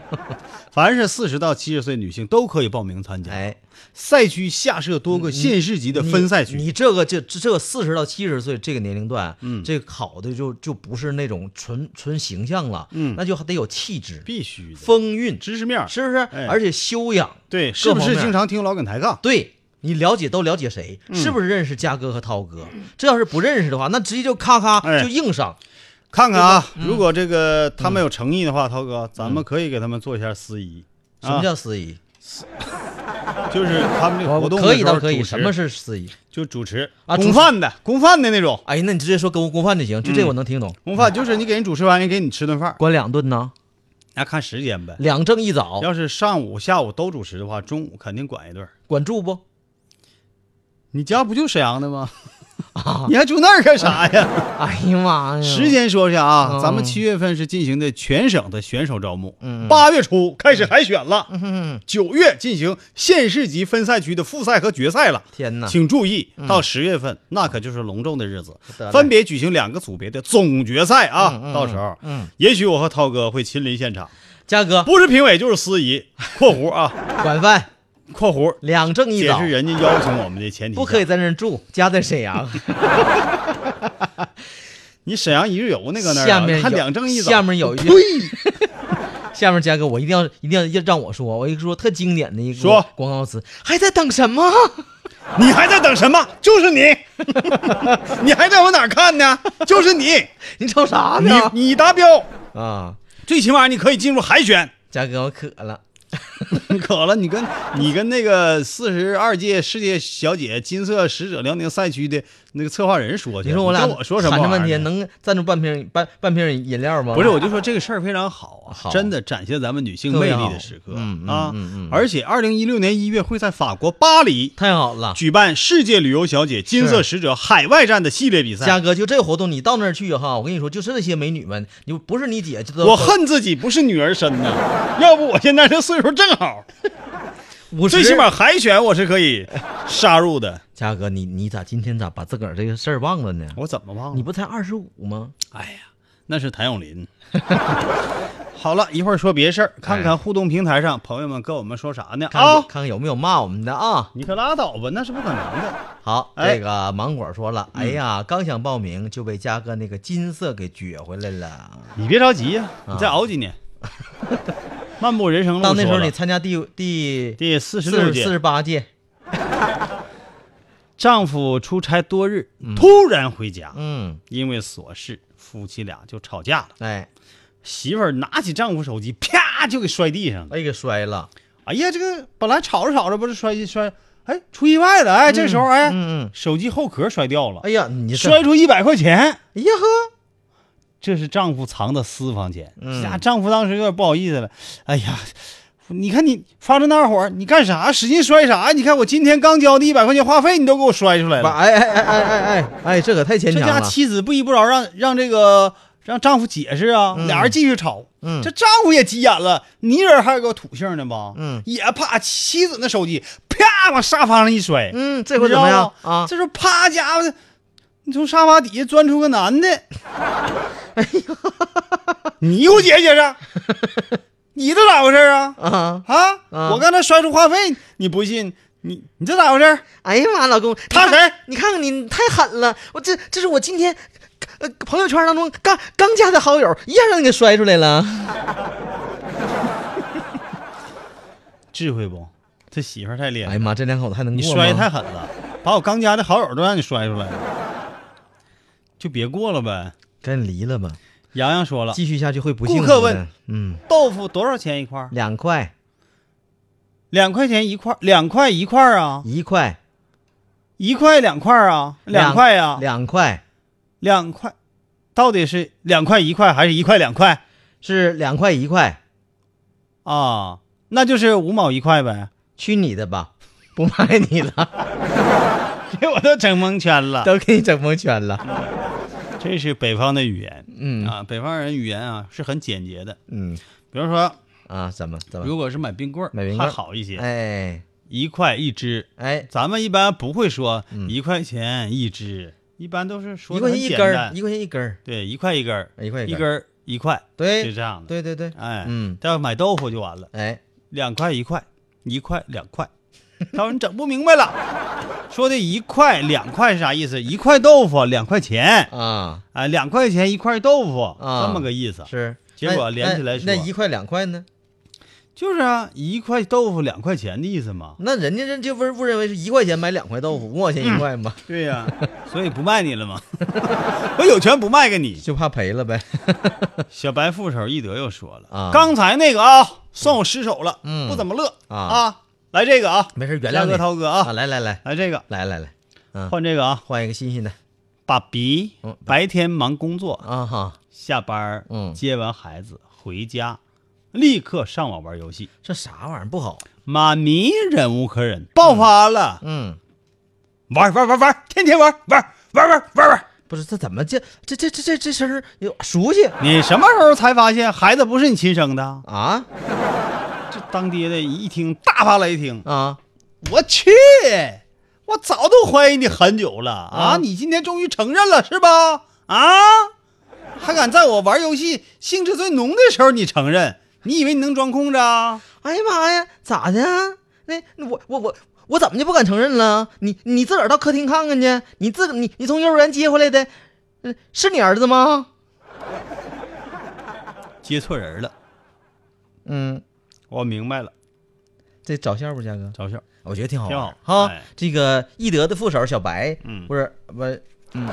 凡是四十到七十岁女性都可以报名参加。哎，嗯赛区下设多个县市级的分赛区。你你这个这这这四十到七十岁这个年龄段，嗯，这考的就就不是那种纯纯形象了，嗯那就得有气质、必须的，风韵，知识面儿是不是？哎而且修养，对，是不各是方面经常嗯听老耿抬杠？对你了解都了解谁？是不是认识嘉哥和涛哥？这要是不认识的话，那直接就咔哎咔就硬上。看看啊，嗯如果这个他们有诚意的话，涛哥，咱们可以给他们做一下司仪。什啊么叫司仪？就是他们这个活动可以的时倒候可以，主持什么是司仪？就主持啊主公饭的，公饭的那种。哎，那你直接说跟我公饭就行，嗯就这我能听懂。公饭就是你给人主持完，人给你吃顿饭，管两顿呢，那看时间呗。两正一早，要是上午、下午都主持的话，中午肯定管一顿儿。管住不？你家不就沈阳的吗？ 你还住那儿干啥呀？哎呀妈呀！时间说一下啊，嗯咱们七月份是进行的全省的选手招募，八月初开始海选了，嗯九月进行县市级分赛区的复赛和决赛了。天哪！嗯请注意，到十月份那可就是隆重的日子得，嘞嗯分别举行两个组别的总决赛啊！到时候，也许我和涛哥会亲临现场，嘉哥不是评委就是司仪（括弧啊， 管饭，括弧两正一也早是，人家邀请我们的前提下）不可以在那儿住，家在沈 阳。你沈阳一日游那个那儿啊，下面有还两正一早，下面有一句， 下面嘉哥，我一定要一定要要让我说，我一说特经典的一个说广告词，还在等什么？ 你还在等什么？就是你， 你还在往哪儿看呢？就是你，你瞅啥你呢？你达标，啊，最起码你可以进入海 选。嘉哥，我渴了。你渴了，你跟你跟那个四十二届世界小姐金色使者辽宁赛区的那个策划人说去，你说我俩跟我说什么喊玩意这儿呢？半天，能赞助半瓶半半瓶饮料吗？不是，我就说这个事儿非常好啊，好真的展现咱们女性魅力的时特刻别好嗯嗯啊！嗯嗯而且二零一六年一月会在法国巴黎 太好了，举办世界旅游小姐金色使者海外站的系列比嘉赛。哥，就这活动，你到那儿去哈，我跟你说，就是那些美女们，你不是你姐，就都 我恨自己不是女儿身呐，要不我现在这岁数正好，五十，最起码海选我是可以杀入 的。嘉哥，你你咋今天咋把自个儿这个事儿忘了呢？我怎么忘你了？不才二十五吗？哎呀，那是谭 咏麟。好了一会儿说别事儿，看看互动平台上朋友们跟我们说啥呢哎看看、啊？看看有没有骂我们的啊？你可拉倒吧，那是不可能的。好，哎这个芒果说了，哎嗯呀，刚想报名就被嘉哥那个金色给撅回来了。你别着急呀、啊你再熬几 年，漫步人生路到那时候说了你参加第第第四十四六十四届，十八届，丈夫出差多日，突然回家，嗯，因为琐事，夫妻俩就吵架了。哎，媳妇儿拿起丈夫手机，啪就给摔地上了。哎给摔了，哎呀，这个本来吵着吵着不是摔一摔，哎，出意外了，哎，这时候哎，嗯嗯，手机后壳摔掉了，哎呀，你这摔，出一百块钱，哎呀呵，这是丈夫藏的私房钱。哎嗯呀，丈夫当时有点不好意思了，哎呀。你看你发着那会儿，你干啥？使劲摔啥？你看我今天刚交的一百块钱话费，你都给我摔出来哇了。哎哎哎哎哎哎哎，这可太牵这强家了，妻子不依不饶，让让这个让丈夫解释啊，俩人继续吵。嗯这丈夫也急眼了，你人还有个土性呢吧？嗯也啪妻子那手机啪往沙发上一摔，嗯，这回怎么样你知道吗啊？这时候啪家伙的，你从沙发底下钻出个男 的，你给我解解释，你这咋回事啊？啊，啊，啊我刚才摔出话费，你不信？你你这咋回事？哎呀妈，老公，你他看谁？你看看你，你太狠了！我这这是我今天，呃，朋友圈当中刚刚加的好友，一下让你给摔出来了。哎智慧不？这媳妇儿太厉害哎呀了，妈，这两口子还能你过摔吗太狠了，把我刚加的好友都让你摔出来了，就别过了呗。赶紧离了吧，洋洋说了，继续下去会不幸福顾的。客问嗯，豆腐多少钱一块儿？两块两块钱一块儿，两块一块儿啊，一块，一块两块儿啊，两两块呀、两块两块，到底是两块一块还是一块两块是两块一块，啊？那就是五毛一块呗。 去你的吧，不卖你了。给我都整蒙圈了。都给你整蒙圈了。这是北方的语言，嗯啊，北方人语言啊是很简洁的。嗯比如说，啊，怎么怎么？如果是买冰棍儿，买冰棍还儿好一些，哎一块一只。哎，咱们一般不会说一块钱一只，一般都是嗯说一的块很钱一简根儿，单一。块钱一根儿，哎对，一块一根儿，一块一根根儿。儿一块，对是这样的。对对对，哎，嗯要买豆腐就完了，哎，两块一块，一块两块。他说你整不明白了， 说的一块两块是啥意思？一块豆腐两块钱，啊啊，两块钱一块豆腐，啊这么个意思。是。结那果连起来那说那一块两块呢？就是啊，一块豆腐两块钱的意思嘛。那人家这就不是误认为是一块钱买两块豆腐，嗯五毛钱一块嘛，对呀、 所以不卖你了 吗？我有权不卖给 你。就怕赔了呗。小白副手一德又说了，啊刚才那个啊，算我失手了，嗯不怎么乐啊来这个啊，没事，原亮谅哥、你涛 哥啊！啊，来来来来这个，来来来，嗯换这个啊。换一个新鲜的爸比嗯白天忙工作，啊哈！下班儿嗯接完孩子回家，立刻上网玩游戏。这啥玩意儿不好？妈咪忍无可忍，爆发了，嗯，玩玩玩玩，天天玩玩玩玩玩玩。不是这怎么这这这这这这声儿有熟悉你什么时候才发现孩子不是你亲生的？啊这当爹的一听大发雷霆，啊我去，我早都怀疑你很久了啊！你今天终于承认了是吧？啊，还敢在我玩游戏兴致最浓的时候你承认？你以为你能装空着啊？哎呀妈呀，咋的？啊那那我我我我怎么就不敢承认了？你你自个儿到客厅看看去，你自个你你从幼儿园接回来的，嗯，是你儿子吗？接错人了，嗯，我明白了，这找笑不，嘉哥？嘲笑。我觉得挺好挺玩好儿哈哎。这个易德的副手小白，嗯不是不是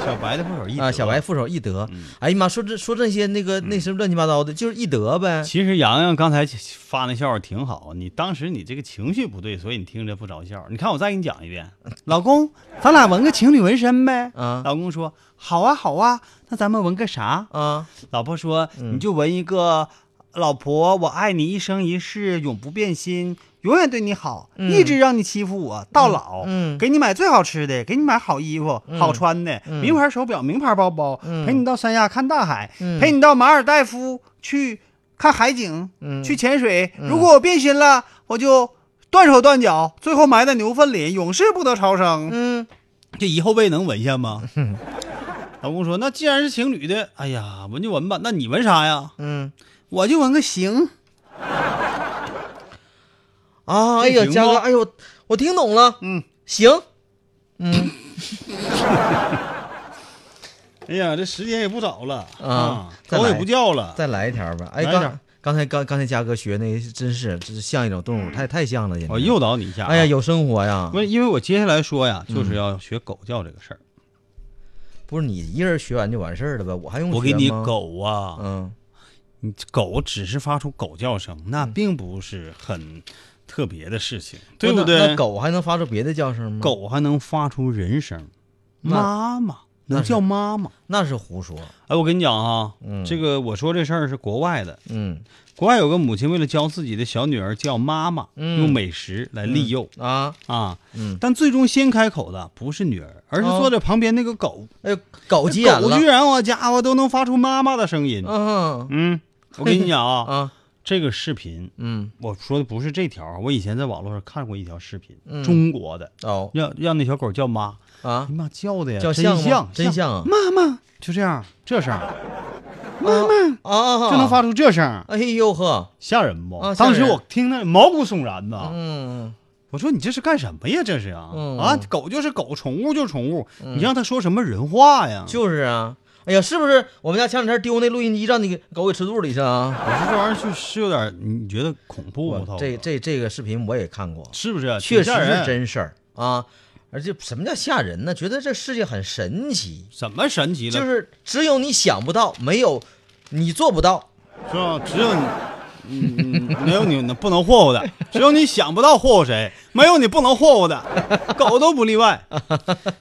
小白的副手一啊，小白。副手易德。嗯哎呀妈，说这说这些那个那什么乱七八糟的，就是易德呗。其实洋洋刚才发那笑话挺好，你当时你这个情绪不对，所以你听着不着笑。你看我再给你讲一遍， 老公，咱俩纹个情侣纹身呗。啊老公说好啊好啊，那咱们纹个啥？啊，老婆说嗯你就纹一个，老婆我爱你一生一世，永不变心，永远对你好，一直让你欺负我到老。嗯给你买最好吃的，给你买好衣服、好穿的，名牌手表、名牌包包，嗯陪你到山下看大海，陪你到马尔代夫去看海景，嗯去潜水。如果我变心了，我就断手断脚，最后埋在牛粪里，永世不得超生。嗯，这一后背能纹下吗？老公说：“那既然是情侣的，哎呀，纹就纹吧。那你纹啥呀？嗯我就纹个 行。啊，哎这呀，行嘉哥，吗哎呦，我听懂了，嗯，行，哎呀，这时间也不早了啊再来狗也不叫了。再来一条吧。哎，来一刚条刚才刚刚才嘉哥学那真是这是像一种嗯动物，太太像了，简直我诱哦导你一下、啊哎呀，，嗯有生活呀，不是，因为我接下来说呀，就是要学狗叫这个事儿。不是你一人学完就完事儿了呗？我还用我给嗯学你吗，狗啊，嗯你狗只是发出狗叫声，那并不是很特别的事情，对那不对？那狗还能发出别的叫声吗？狗还能发出人声，那妈妈那能是叫妈妈。那是胡说，哎，我跟你讲哈，嗯这个我说这事儿是国外的，嗯国外有个母亲为了教自己的小女儿叫妈妈，嗯用美食来利诱、啊，啊，嗯但最终先开口的不是女儿，而是哦坐在旁边那个狗，哎呦，狗我急眼狗了居，然我家伙都能发出妈妈的声音。嗯 嗯，我跟你讲啊，啊，这个视频嗯我说的不是这条，我以前在网络上看过一条视频，嗯中国的，哦让让那小狗叫妈，啊你，妈叫的呀，叫真像吗像，真像啊妈妈就这样，这声儿啊，就能发出这声儿，哎呦呵，吓人不？啊吓当时人我听的毛骨悚然呐。嗯，我说你这是干什么呀？这是啊、嗯啊，狗就是狗，宠物就是宠物，你让它说什么人话呀？就是啊，哎呀，是不是我们家前两天丢那录音机让你给狗给吃肚里去我啊？说这玩意儿就是有点，你觉得恐怖不？涛哥这这这个视频我也看过，是不是？确实挺吓人是。真事儿啊。而且什么叫吓人呢？觉得这世界很神奇，什么神奇了？就是是只有你想不到，没有你做不到。吧？只有你，嗯，嗯没有你不能霍霍 的，只有你想不到霍霍谁，没有你不能霍霍的，狗都不 例外。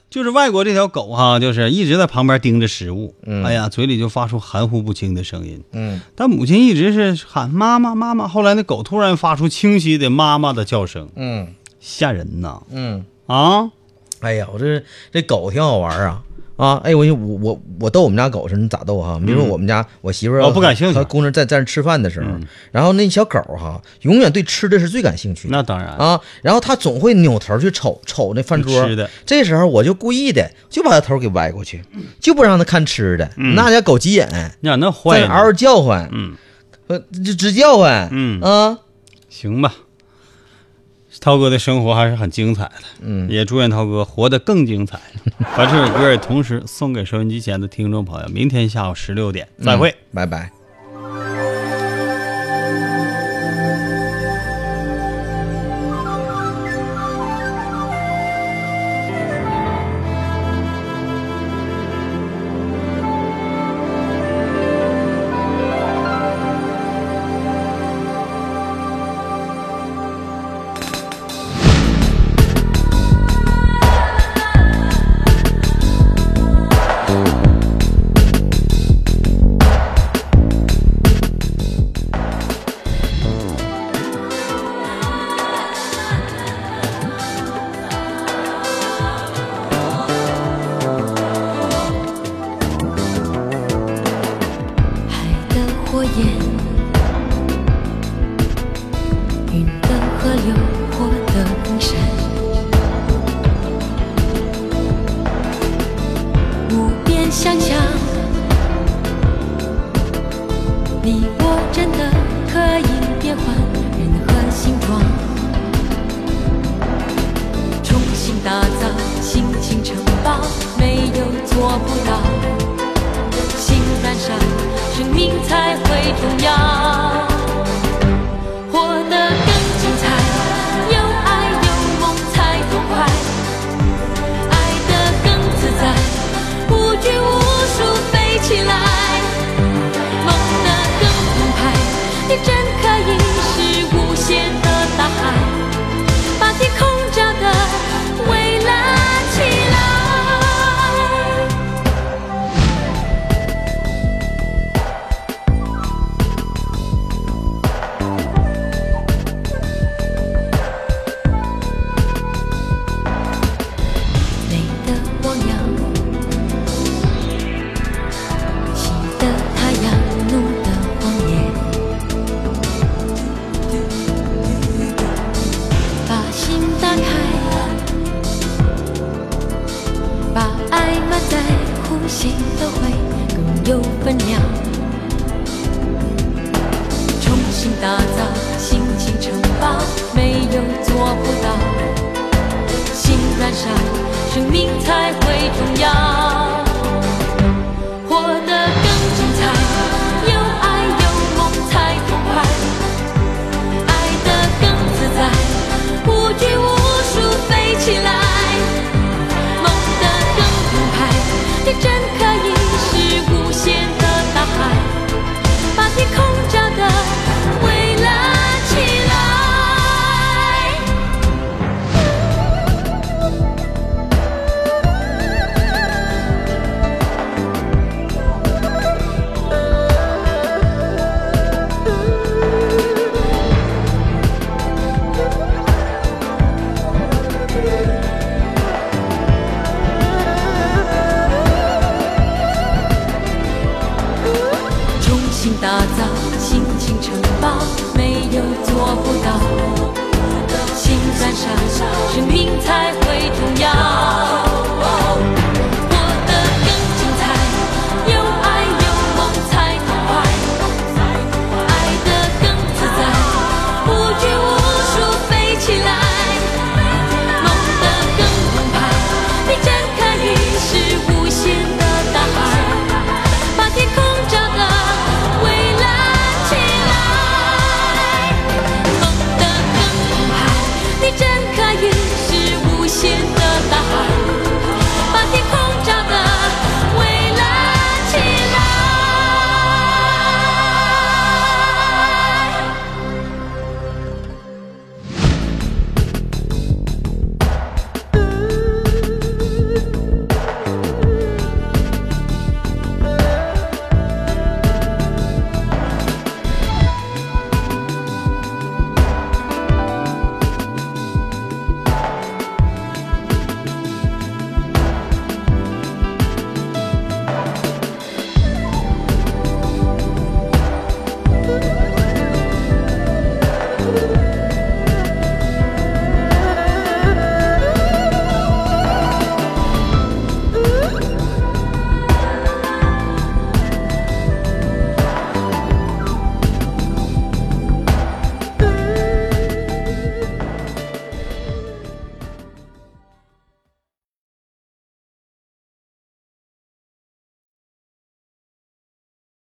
就是外国这条狗哈，就是一直在旁边盯着食物，嗯哎呀，嘴里就发出含糊不清的声音。嗯但母亲一直是喊妈妈妈妈，后来那狗突然发出清晰的妈妈的叫声，嗯吓人呐！嗯，啊，哎呀，我这这狗挺好玩啊啊！哎，我我我我逗我们家狗是，你咋逗哈、比如说我们家我媳妇儿嗯哦不感兴趣嗯和姑娘在在那吃饭的时候，然后那小狗哈、永远对吃的是最感兴趣的。那当然，啊，然后他总会扭头去瞅瞅那饭桌。吃的，这时候我就故意的就把他头给歪过去，就不让他看吃的。那家狗急眼，你咋那在嗯坏那呢嗷嗷叫唤，嗯呃，就直叫唤，嗯啊，行吧。涛哥的生活还是很精彩的，嗯，也祝愿涛哥活得更精彩。 把这首歌也同时送给收音机前的听众朋友，明天下午十六点再会。嗯，拜拜。海的火焰，云的河流，火的冰山，无边想象，你我真的可以变换任何形状，重新打造心情城堡，没有做不到。心燃烧，生命才会重要，活得更精彩，有爱有梦才痛快，爱得更自在，无拘无束飞起来，梦得更澎湃，你真可以是无限的大海，把天空照得蔚蓝起来。美的汪洋，西的太阳，怒的荒野，把心打开，把爱满载，呼吸都会更有分量。重新打造心情城堡，没有做不到。心燃烧，生命才会重要。